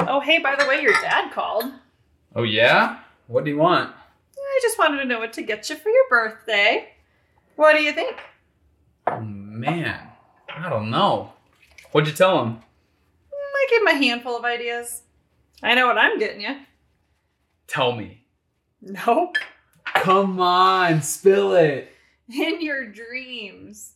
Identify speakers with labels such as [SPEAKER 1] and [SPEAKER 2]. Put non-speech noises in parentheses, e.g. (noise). [SPEAKER 1] Oh, hey, by the way, your dad called.
[SPEAKER 2] Oh, yeah? What do you want?
[SPEAKER 1] I just wanted to know what to get you for your birthday. What do you think?
[SPEAKER 2] Oh, man. I don't know. What'd you tell him?
[SPEAKER 1] Mm, I gave him a handful of ideas. I know what I'm getting you.
[SPEAKER 2] Tell me.
[SPEAKER 1] Nope. (laughs)
[SPEAKER 2] Come on, spill it.
[SPEAKER 1] In your dreams.